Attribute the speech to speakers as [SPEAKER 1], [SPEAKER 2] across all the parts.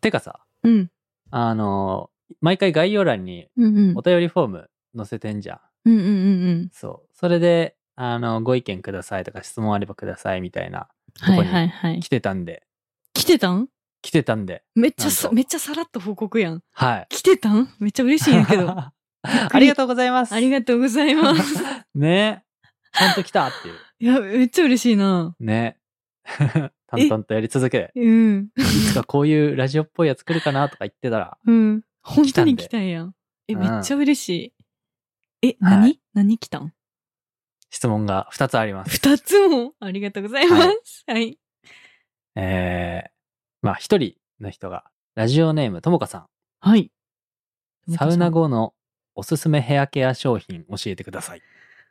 [SPEAKER 1] てかさ、
[SPEAKER 2] うん。
[SPEAKER 1] あの、毎回概要欄に
[SPEAKER 2] うんうん
[SPEAKER 1] お。便りフォーム載せてんじゃん。
[SPEAKER 2] うんうんうんうん。
[SPEAKER 1] そう。それで、あの、ご意見くださいとか質問あればくださいみたいな、
[SPEAKER 2] はいはいはい
[SPEAKER 1] 来。てたんで、
[SPEAKER 2] 来てたん
[SPEAKER 1] 来てたんで、
[SPEAKER 2] めっちゃ
[SPEAKER 1] な
[SPEAKER 2] さ、
[SPEAKER 1] んと
[SPEAKER 2] めっちゃさらっと報告やん。
[SPEAKER 1] はい。
[SPEAKER 2] 来てたんめっちゃ嬉しいん やけ ど。
[SPEAKER 1] ありがとうございます。
[SPEAKER 2] ありがとうございます。
[SPEAKER 1] ね。ちゃんと来たっていう。
[SPEAKER 2] いや、めっちゃ嬉しいな。
[SPEAKER 1] ね。 淡々とやり続けて、
[SPEAKER 2] うん。
[SPEAKER 1] いつかこういうラジオっぽいやつ来るかなとか言ってたら、
[SPEAKER 2] うん。本当に
[SPEAKER 1] 来
[SPEAKER 2] 来
[SPEAKER 1] た
[SPEAKER 2] たんやん。え、
[SPEAKER 1] うん
[SPEAKER 2] めっちゃ嬉しい。え、
[SPEAKER 1] はい
[SPEAKER 2] 何何来たん
[SPEAKER 1] 質問が2つあります。
[SPEAKER 2] 二つもありがとうございます。はい。
[SPEAKER 1] えー、まあ、一人の人が、ラジオネームともかさ
[SPEAKER 2] はい。
[SPEAKER 1] ん、サウナ後のおすすめヘアケア商品教えてください。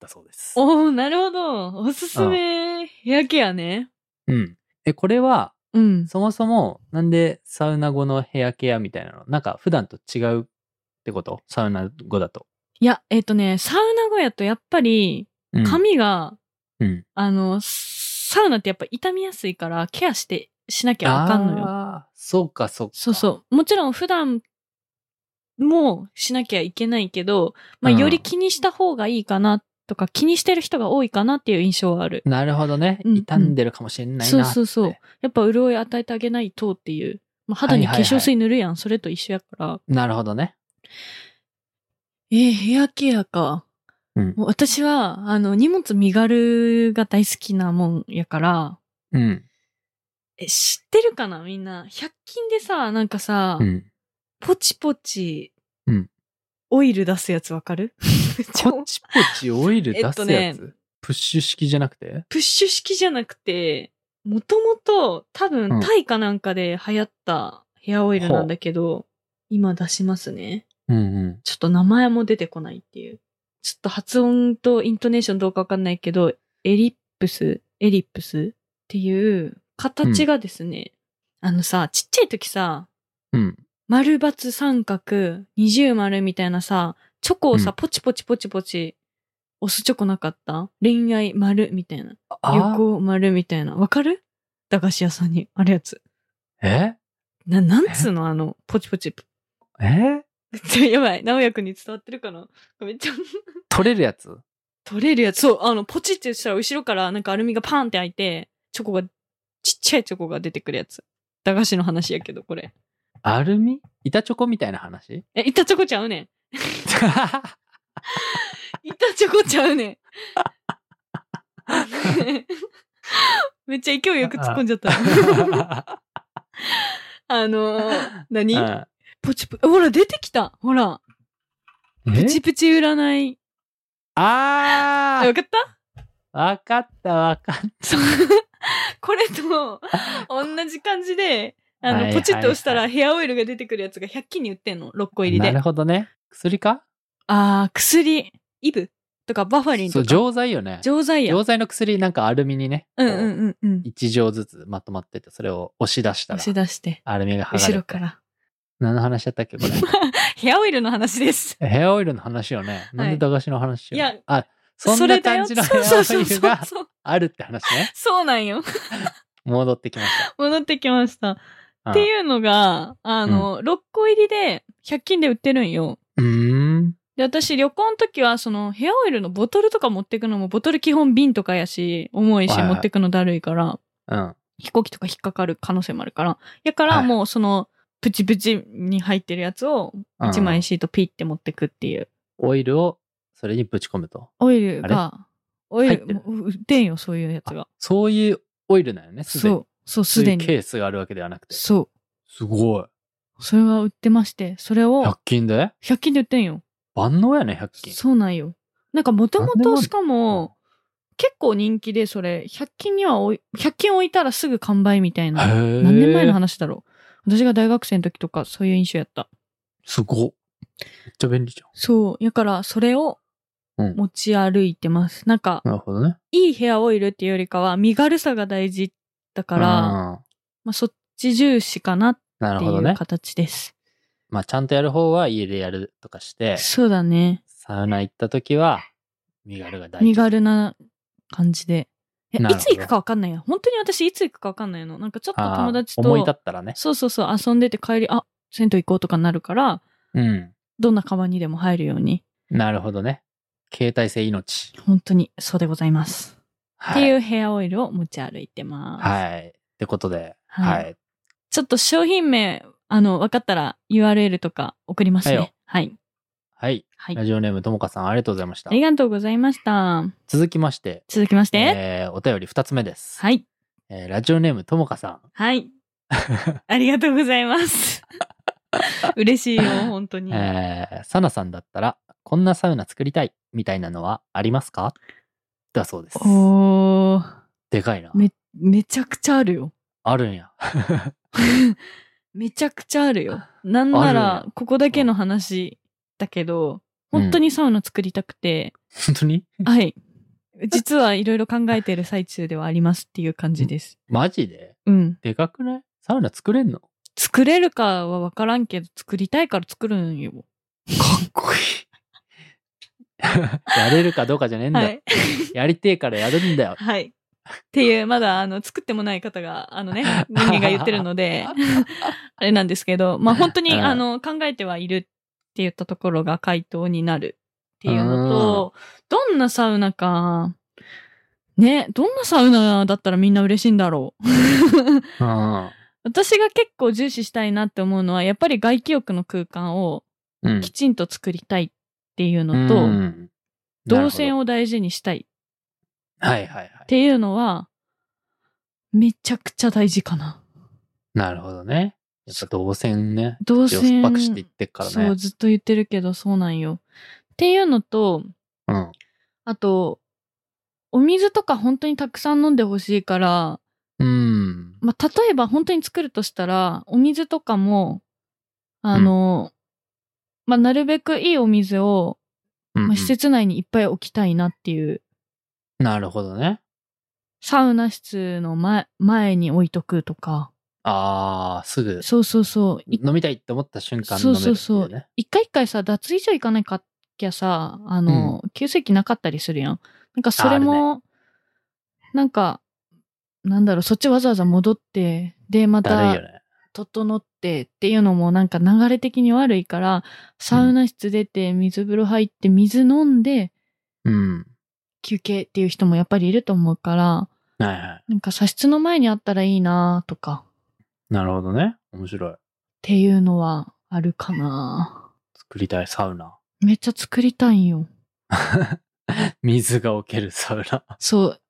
[SPEAKER 1] だそうです。
[SPEAKER 2] おおなるほど。おすすめ、ヘアケアね。
[SPEAKER 1] うん。え、これは、
[SPEAKER 2] うん。
[SPEAKER 1] そもそも、なんでサウナ後のヘアケアみたいなのなんか、普段と違うってことサウナ後だと。
[SPEAKER 2] いや、えっ、とね、サウナ後やとやっぱり、
[SPEAKER 1] うん、
[SPEAKER 2] 髪が、
[SPEAKER 1] うん
[SPEAKER 2] あの、サウナってやっぱ傷みやすいから、ケアして、しなきゃあかんのよ。
[SPEAKER 1] あーそうか、そうか。
[SPEAKER 2] そうそう。もちろん普段もしなきゃいけないけど、まあ、
[SPEAKER 1] うん
[SPEAKER 2] より気にした方がいいかなとか、気にしてる人が多いかなっていう印象はある。
[SPEAKER 1] う。なるほどね。
[SPEAKER 2] うんうん
[SPEAKER 1] 傷んでるかもしれないなって。
[SPEAKER 2] そうそうそう。やっぱ潤い与えてあげないとっていう。まあ、肌に化粧水塗るやん、それと一緒やから。
[SPEAKER 1] なるほどね。
[SPEAKER 2] えーヘアケアか。
[SPEAKER 1] うん
[SPEAKER 2] もう私は、あの、荷物身軽が大好きなもんやから、
[SPEAKER 1] うん。
[SPEAKER 2] え、知ってるかなみんな。100均でさ、なんかさ、
[SPEAKER 1] うん。
[SPEAKER 2] ポチポチ、
[SPEAKER 1] うん
[SPEAKER 2] オイル出すやつわ かるち
[SPEAKER 1] ポ
[SPEAKER 2] ょ
[SPEAKER 1] チポチオイル出すやつ、
[SPEAKER 2] えっとね
[SPEAKER 1] プッシュ式じゃなくて
[SPEAKER 2] プッシュ式じゃなくて、もともと多
[SPEAKER 1] うん
[SPEAKER 2] 分タイかなんかで流行ったヘアオイルなんだけど、今出しますね。
[SPEAKER 1] うんうん。
[SPEAKER 2] ちょっと名前も出てこないっていう。ちょっと発音とイントネーションどうかわかんないけど、エリップス、エリップスっていう形がですね、あのさ、ちっちゃい時さ、
[SPEAKER 1] うん。
[SPEAKER 2] 丸×三角、二重丸みたいなさ、チョコをさ、
[SPEAKER 1] うん
[SPEAKER 2] ポチポチポチポチ、押すチョコなかった恋愛丸みたいな。
[SPEAKER 1] あ
[SPEAKER 2] 旅行丸みたいな。わかる駄菓子屋さんにあるやつ。
[SPEAKER 1] え
[SPEAKER 2] な、なんつうのあの、ポチポ チ。
[SPEAKER 1] え
[SPEAKER 2] やばい。直也くんに伝わってるかなめっちゃ。
[SPEAKER 1] 取れるやつ
[SPEAKER 2] 取れるやつ。そう、あの、ポチってしたら後ろからなんかアルミがパーンって開いて、チョコが、ちっちゃいチョコが出てくるやつ。駄菓子の話やけど、これ。
[SPEAKER 1] アルミ板チョコみたいな 話
[SPEAKER 2] え、板チョコちゃうねん。板チョコちゃうねん。 めっちゃ勢いよく突っ込んじゃった。あのー、何
[SPEAKER 1] あ
[SPEAKER 2] ポチポチ、ほら、出てきたほら、
[SPEAKER 1] え
[SPEAKER 2] プチプチ占い。あ、
[SPEAKER 1] あー
[SPEAKER 2] よかった
[SPEAKER 1] わかったわかった。
[SPEAKER 2] そうこれと、同じ感じで、あ
[SPEAKER 1] はいはいはい
[SPEAKER 2] の、ポチッと押したらヘアオイルが出てくるやつが100均に売ってんの、6個入り
[SPEAKER 1] な
[SPEAKER 2] で。
[SPEAKER 1] るほどね。薬か
[SPEAKER 2] あー、薬、イブとかバファリン
[SPEAKER 1] そう、
[SPEAKER 2] とか。
[SPEAKER 1] 錠剤よね。
[SPEAKER 2] 錠剤や。う
[SPEAKER 1] 錠
[SPEAKER 2] ん
[SPEAKER 1] 剤の薬なんかアルミにね、
[SPEAKER 2] うんうんうん。
[SPEAKER 1] 1錠ずつまとまってて、それを押し出した
[SPEAKER 2] 押
[SPEAKER 1] ら
[SPEAKER 2] し、出して、
[SPEAKER 1] アルミが剥がれて
[SPEAKER 2] 後ろから。
[SPEAKER 1] 何の話だったっけ これ。
[SPEAKER 2] ヘアオイルの話です。
[SPEAKER 1] ヘアオイルの話よね。なんで駄菓子の話よ、
[SPEAKER 2] いや
[SPEAKER 1] あ、そんな感じのヘ
[SPEAKER 2] そ
[SPEAKER 1] アオ
[SPEAKER 2] うそうそう
[SPEAKER 1] イル
[SPEAKER 2] そう
[SPEAKER 1] が
[SPEAKER 2] そう。
[SPEAKER 1] あるって話ね。
[SPEAKER 2] そうなんよ。
[SPEAKER 1] 戻ってきまし
[SPEAKER 2] 戻ってきました。
[SPEAKER 1] た。
[SPEAKER 2] っていうのが、あの、6個入りで100均で売ってるんよ。
[SPEAKER 1] うん。うーん。
[SPEAKER 2] で、私旅行の時は、そのヘアオイルのボトルとか持ってくのも、ボトル基本瓶とかやし、重いし、
[SPEAKER 1] はいはい
[SPEAKER 2] 持ってくのだるいから、
[SPEAKER 1] うん。
[SPEAKER 2] 飛行機とか引っかかる可能性もあるから。やか
[SPEAKER 1] は
[SPEAKER 2] ら
[SPEAKER 1] い
[SPEAKER 2] もうその、プチプチに入ってるやつを、1枚シートピッて持ってくっていう。
[SPEAKER 1] オイルをそれにぶち込むと。
[SPEAKER 2] オイルが、オイ
[SPEAKER 1] 入っ
[SPEAKER 2] ル、
[SPEAKER 1] てる
[SPEAKER 2] もう売ってんよ、そういうやつが。
[SPEAKER 1] そういうオイルなんよね、すで
[SPEAKER 2] そ
[SPEAKER 1] に。
[SPEAKER 2] う、そう、
[SPEAKER 1] そ
[SPEAKER 2] す
[SPEAKER 1] うい
[SPEAKER 2] で
[SPEAKER 1] う
[SPEAKER 2] に。
[SPEAKER 1] ケースがあるわけではなくて。
[SPEAKER 2] そ
[SPEAKER 1] すごい。
[SPEAKER 2] う。それは売ってまして、それを
[SPEAKER 1] 100均で
[SPEAKER 2] 100均で売ってんよ。
[SPEAKER 1] 万能やね、100均。
[SPEAKER 2] そうなんよ。なんかもとも
[SPEAKER 1] なんでもあ
[SPEAKER 2] と
[SPEAKER 1] る
[SPEAKER 2] しかも、結構人気でそれ、100均にはおい、100均置いたらすぐ完売みたい
[SPEAKER 1] へ
[SPEAKER 2] な。
[SPEAKER 1] ー
[SPEAKER 2] 何年前の話だろう。私が大学生の時とかそういう印象やった。
[SPEAKER 1] すごっ。めっちゃ便利じ
[SPEAKER 2] そう。やからそれを
[SPEAKER 1] うん
[SPEAKER 2] 持ち歩いてます。なんか
[SPEAKER 1] ゃん。、なるほどね。
[SPEAKER 2] いいヘアオイルっていうよりかは身軽さが大事だから、
[SPEAKER 1] うん
[SPEAKER 2] まあそっち重視かなっ
[SPEAKER 1] なる
[SPEAKER 2] て
[SPEAKER 1] ほど
[SPEAKER 2] いう
[SPEAKER 1] ね。
[SPEAKER 2] 形です。
[SPEAKER 1] まあ、ちゃんとやる方は家でやるとかして、
[SPEAKER 2] そうだね。
[SPEAKER 1] サウナ行った時は、身軽が大事。
[SPEAKER 2] 身軽な感じでえい
[SPEAKER 1] なるほど
[SPEAKER 2] つ行くかわかんないよ。本当に私いつ行くかわかんないの。なんかちょっと
[SPEAKER 1] あー
[SPEAKER 2] 友達と、
[SPEAKER 1] 思い立ったらね。
[SPEAKER 2] そうそうそう、遊んでて帰り、あ、銭湯行こうとかになるから、
[SPEAKER 1] うん。
[SPEAKER 2] どんなカバンにでも入るように。
[SPEAKER 1] なるほどね。携帯性命。
[SPEAKER 2] 本当にそうでございます。
[SPEAKER 1] はい。。
[SPEAKER 2] っていううヘアオイルを持ち歩いてます。
[SPEAKER 1] はい。ってことで、
[SPEAKER 2] は
[SPEAKER 1] はいい。
[SPEAKER 2] ちょっと商品名、あの、分かったら URL とか送ります
[SPEAKER 1] はい
[SPEAKER 2] ね
[SPEAKER 1] よ。
[SPEAKER 2] はい。
[SPEAKER 1] はい。
[SPEAKER 2] はい。
[SPEAKER 1] ラジオネームともかさん、ありがとうございました
[SPEAKER 2] あ。りがとうございました。
[SPEAKER 1] 続きまして、
[SPEAKER 2] 続きまして。
[SPEAKER 1] えーお便り2つ目です。
[SPEAKER 2] はい。
[SPEAKER 1] えーラジオネームともかさん。
[SPEAKER 2] はい。ありがとうございます。嬉しいよ、本当 に。
[SPEAKER 1] えーサナさんだったら、こんなサウナ作りたい、みたいなのはありますかだそうです。
[SPEAKER 2] おー
[SPEAKER 1] でかいな。
[SPEAKER 2] め、めちゃくちゃあるよ。
[SPEAKER 1] あるんや。
[SPEAKER 2] めちゃくちゃあるよ。 なんな
[SPEAKER 1] あ
[SPEAKER 2] ら
[SPEAKER 1] る、
[SPEAKER 2] ここだけの話だけど、
[SPEAKER 1] うん
[SPEAKER 2] 本当にサウナ作りたくて、
[SPEAKER 1] 本当に
[SPEAKER 2] はい。実はいろいろ考えてる最中ではありますっていう感じです。
[SPEAKER 1] マジで
[SPEAKER 2] うん。
[SPEAKER 1] でかくないサウナ作れんのか
[SPEAKER 2] 作れるかは分からんけど、作りたいから作るんよ。
[SPEAKER 1] っこいい。 やれるかどうかじゃねえんだ。
[SPEAKER 2] はい。
[SPEAKER 1] やりてえからやるんだよ。
[SPEAKER 2] はい。っていう、まだ、あの、作ってもない方が、あのね、人間が言ってるので、 あれなんですけど、まあ本当に、
[SPEAKER 1] うん
[SPEAKER 2] あの、考えてはいるって言ったところが回答になるっていうのと、どんなサウナか、ね、どんなサウナだったらみんな嬉しいんだろう。
[SPEAKER 1] うん
[SPEAKER 2] 私が結構重視したいなって思うのは、やっぱり外気浴の空間を
[SPEAKER 1] うん
[SPEAKER 2] きちんと作りたいっていうのと、
[SPEAKER 1] うん
[SPEAKER 2] 動線
[SPEAKER 1] を。
[SPEAKER 2] を大事にしたい
[SPEAKER 1] はいはいはい
[SPEAKER 2] っ。ていうのは、めちゃくちゃ大事かな。
[SPEAKER 1] なるほどね。やっぱ動線ね。
[SPEAKER 2] 動
[SPEAKER 1] よっ
[SPEAKER 2] 線。
[SPEAKER 1] ぱくしていってっから
[SPEAKER 2] そう、
[SPEAKER 1] ね。
[SPEAKER 2] ずっと言ってるけど、そうなんよ。っていうのと、
[SPEAKER 1] うん。
[SPEAKER 2] あと、お水とか本当にたくさん飲んでほしいから、
[SPEAKER 1] うん。
[SPEAKER 2] まあ、例えば本当に作るとしたら、お水とかも、あの、まあ、なるべくいいお水を、
[SPEAKER 1] うんうん
[SPEAKER 2] まあ、施設内にいっぱい置きたいなっていう、
[SPEAKER 1] なるほどね。
[SPEAKER 2] サウナ室の前、前に置いとくとか、
[SPEAKER 1] ああ、すぐ
[SPEAKER 2] そうそうそう、い
[SPEAKER 1] 飲みたいって思った瞬間
[SPEAKER 2] そ
[SPEAKER 1] 飲
[SPEAKER 2] う
[SPEAKER 1] めるってい
[SPEAKER 2] そう
[SPEAKER 1] ね。
[SPEAKER 2] うそう一回一回さ、脱衣所行かなきゃさ、あの、給水器なかったりするやん。なんかそれも、なんか、なんだろう、そっちわざわざ戻って、で、ま
[SPEAKER 1] だるいよ
[SPEAKER 2] た、
[SPEAKER 1] ね。
[SPEAKER 2] 整ってっていうのもなんか流れ的に悪いから、サウナ室出て、水風呂入って、水飲んで、
[SPEAKER 1] うん。
[SPEAKER 2] 休憩っていう人もやっぱりいると思うから、
[SPEAKER 1] はいはい。
[SPEAKER 2] なんか茶室の前にあったらいいなとか、
[SPEAKER 1] なるほどね。面白い。
[SPEAKER 2] っていうのはあるかな
[SPEAKER 1] 作りたいサウナ。
[SPEAKER 2] めっちゃ作りたいんよ。
[SPEAKER 1] 水が置けるサウナ。
[SPEAKER 2] そう。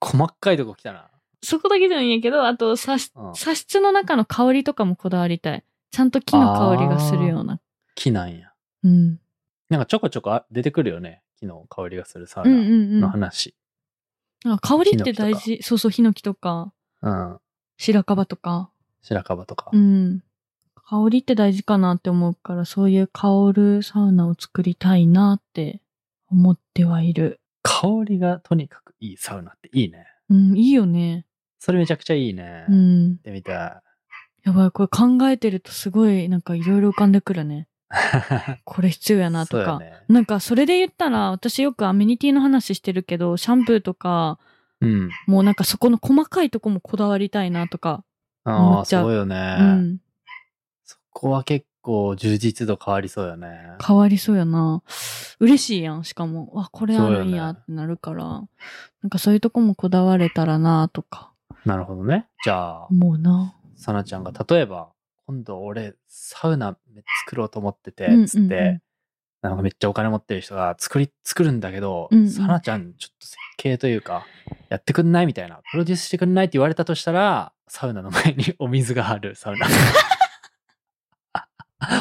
[SPEAKER 1] 細かいとこ来たな。
[SPEAKER 2] そこだけでもいいんやけど、あと、さし
[SPEAKER 1] うん。
[SPEAKER 2] 茶室の中の香りとかもこだわりたい。ちゃんと木の香りがするような。
[SPEAKER 1] 木なんや。
[SPEAKER 2] うん。
[SPEAKER 1] なんかちょこちょこあ出てくるよね。木の香りがするサウ
[SPEAKER 2] うん
[SPEAKER 1] ナ
[SPEAKER 2] うんう
[SPEAKER 1] の
[SPEAKER 2] ん。
[SPEAKER 1] 話。
[SPEAKER 2] あ香りって大事。そうそう、ヒノキとか、
[SPEAKER 1] うん。
[SPEAKER 2] 白樺とか。
[SPEAKER 1] 白樺とか
[SPEAKER 2] う。ん。香りって大事かなって思うから、そういう香るサウナを作りたいなって思ってはいる。
[SPEAKER 1] 香りがとにかくいいサウナっていいね。
[SPEAKER 2] うん、いいよね。
[SPEAKER 1] それめちゃくちゃいいね。
[SPEAKER 2] う
[SPEAKER 1] 行っ
[SPEAKER 2] ん。
[SPEAKER 1] てみた
[SPEAKER 2] やばい、これ考えてるとすごい、なんかいろいろ浮かんでくるね。
[SPEAKER 1] い。
[SPEAKER 2] これ必要やなと
[SPEAKER 1] そう
[SPEAKER 2] か
[SPEAKER 1] よ。ね。
[SPEAKER 2] なんか、それで言ったら、私よくアメニティの話してるけど、シャンプーとか、
[SPEAKER 1] うん。
[SPEAKER 2] もうなんかそこの細かいとこもこだわりたいなとか。
[SPEAKER 1] あ
[SPEAKER 2] 思
[SPEAKER 1] あ、
[SPEAKER 2] っちゃう
[SPEAKER 1] そうよ
[SPEAKER 2] う
[SPEAKER 1] ね。
[SPEAKER 2] ん。
[SPEAKER 1] そこは結構充実度変わりそうよね。
[SPEAKER 2] 変わりそうやな。嬉しいやん、しかも。わ、これあるん
[SPEAKER 1] そうよ
[SPEAKER 2] や
[SPEAKER 1] ね
[SPEAKER 2] ってなるから。なんかそういうとこもこだわれたらなとか。
[SPEAKER 1] なるほどね。じゃあ、
[SPEAKER 2] 思うな。
[SPEAKER 1] さなちゃんが例えば、今度俺、サウナ作ろうと思ってて
[SPEAKER 2] うん、
[SPEAKER 1] つって、
[SPEAKER 2] うんうん
[SPEAKER 1] なんかめっちゃお金持ってる人が作り、作るんだけど、
[SPEAKER 2] うんうん
[SPEAKER 1] さなちゃんちょっと設計というか、やってくんないみたいな、プロデュースしてくんないって言われたとしたら、サウナの前にお水があるサウ ナ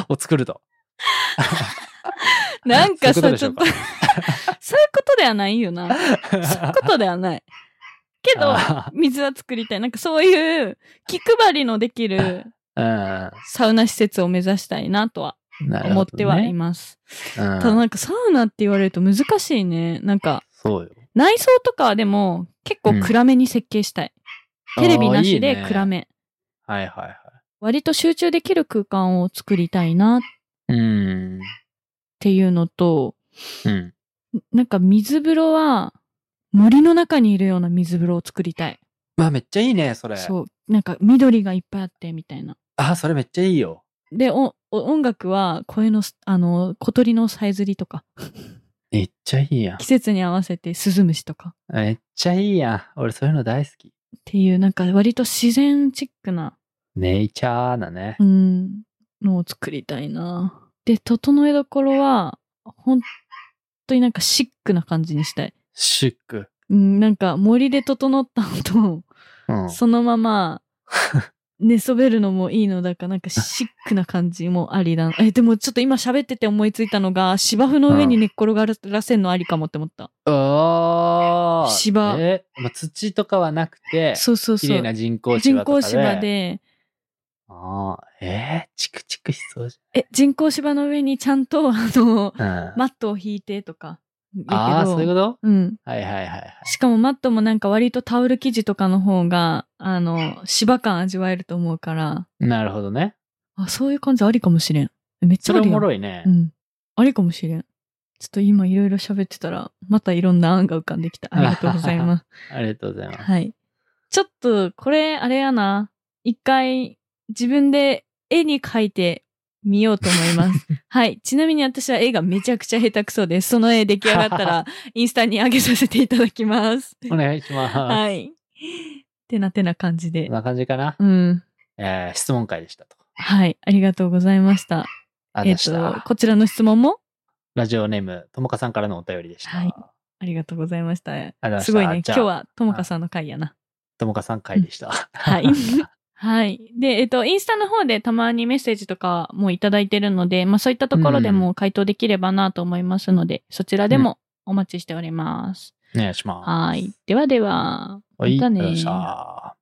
[SPEAKER 1] を作ると。
[SPEAKER 2] なんか
[SPEAKER 1] そういうことで
[SPEAKER 2] さ、ち
[SPEAKER 1] し
[SPEAKER 2] ょ
[SPEAKER 1] ょ
[SPEAKER 2] っ
[SPEAKER 1] う
[SPEAKER 2] と
[SPEAKER 1] か、
[SPEAKER 2] そういうこと ではないよな。そういうことではない。けど、
[SPEAKER 1] あ
[SPEAKER 2] 水は作りたい。なんかそういう気配りのでき る
[SPEAKER 1] ー
[SPEAKER 2] サウナ施設を目指したいなとは
[SPEAKER 1] うん。なる
[SPEAKER 2] 思
[SPEAKER 1] ほ
[SPEAKER 2] っ
[SPEAKER 1] ど
[SPEAKER 2] てはい
[SPEAKER 1] ね
[SPEAKER 2] ます。
[SPEAKER 1] うん
[SPEAKER 2] ただなんかサウナって言われると難しいね。なんか
[SPEAKER 1] そうよ。
[SPEAKER 2] 内装とかはでも結構暗めに設計したい。テレビなしで暗め。
[SPEAKER 1] あー。いいねはいはいはい。
[SPEAKER 2] 割と集中できる空間を作りたいなっ
[SPEAKER 1] うん。
[SPEAKER 2] ていうのと、
[SPEAKER 1] うん。
[SPEAKER 2] なんか水風呂は森の中にいるような水風呂を作りたい。
[SPEAKER 1] まあめっちゃいいね、それ。
[SPEAKER 2] そう。なんか緑がいっぱいあって、みたいな。
[SPEAKER 1] あ、それめっちゃいいよ。
[SPEAKER 2] で、おお音楽は声のす、あの、小鳥のさえずりとか、
[SPEAKER 1] めっちゃいいやん
[SPEAKER 2] 季。節に合わせてスズムシとか
[SPEAKER 1] めっちゃいいやん。俺そういうの大好き。
[SPEAKER 2] っていう、なんか割と自然チックな、
[SPEAKER 1] ネイチャーだね
[SPEAKER 2] う。ん、のを作りたいな。で、整えどころは、本当になんかシックな感じにしたい。
[SPEAKER 1] シック。
[SPEAKER 2] うん、なんか森で整ったの
[SPEAKER 1] うん
[SPEAKER 2] と、。そのまま、寝そべるのもいいのだから、なんかシックな感じもありだな。え、でもちょっと今喋ってて思いついたのが、芝生の上に寝っ転がらせんのありかもって思った。
[SPEAKER 1] おー
[SPEAKER 2] 芝
[SPEAKER 1] え、まあ、土とかはなくて、
[SPEAKER 2] そうそう
[SPEAKER 1] 綺
[SPEAKER 2] そ
[SPEAKER 1] 麗な
[SPEAKER 2] う。
[SPEAKER 1] 人工芝
[SPEAKER 2] 人
[SPEAKER 1] とか
[SPEAKER 2] 工
[SPEAKER 1] で。
[SPEAKER 2] 芝。で、
[SPEAKER 1] ああ、えー、チクチクしそうじ
[SPEAKER 2] え、人工芝の上にちゃんと、あの、
[SPEAKER 1] ゃん。うん。
[SPEAKER 2] マットを引いてとか。いいけど
[SPEAKER 1] ああ、そういうこと
[SPEAKER 2] うん。
[SPEAKER 1] はいはいはいはい。
[SPEAKER 2] しかもマットもなんか割とタオル生地とかの方が、あの、芝感味わえると思うから、
[SPEAKER 1] なるほどね。
[SPEAKER 2] あ、そういう感じありかもしれん。めっち
[SPEAKER 1] そ
[SPEAKER 2] ゃ
[SPEAKER 1] れ
[SPEAKER 2] あ
[SPEAKER 1] お
[SPEAKER 2] るや
[SPEAKER 1] も
[SPEAKER 2] ん。
[SPEAKER 1] ろいね
[SPEAKER 2] う。ん。ありかもしれん。ちょっと今いろいろ喋ってたら、またいろんな案が浮かんできた。ありがとうござ います。
[SPEAKER 1] ありがとうございます。
[SPEAKER 2] はい。ちょっと、これ、あれやな。一回、自分で絵に描いてみようと思 います。はい。ちなみに私は絵がめちゃくちゃ下手くそです。その絵出来上がった ら、インスタに上げさせていただきます。
[SPEAKER 1] お願いします。
[SPEAKER 2] はい。てなてな感じで
[SPEAKER 1] こん。な感じかな。
[SPEAKER 2] うん。
[SPEAKER 1] えー、質問会でしたと。
[SPEAKER 2] はい。ありがとうございました。
[SPEAKER 1] あ
[SPEAKER 2] え
[SPEAKER 1] で
[SPEAKER 2] っ
[SPEAKER 1] した、
[SPEAKER 2] と、こちらの質問も
[SPEAKER 1] ラジオネーム、ともかさんからのお便りでした。
[SPEAKER 2] は
[SPEAKER 1] あり
[SPEAKER 2] い
[SPEAKER 1] がとう
[SPEAKER 2] ありがとうございました。
[SPEAKER 1] ございました。
[SPEAKER 2] すごいね。
[SPEAKER 1] じゃ
[SPEAKER 2] 今
[SPEAKER 1] あ
[SPEAKER 2] 日。はともかさんの回やな。
[SPEAKER 1] ともかさん会でした。
[SPEAKER 2] はい。はい。で、えっと、インスタの方でたまにメッセージとかもいただいてるので、まあそういったところでも回答できればなと思いますので、そちらでもお待ちしております。
[SPEAKER 1] お願いします。
[SPEAKER 2] はい。ではでは、
[SPEAKER 1] はい。
[SPEAKER 2] またね
[SPEAKER 1] ありがとうございました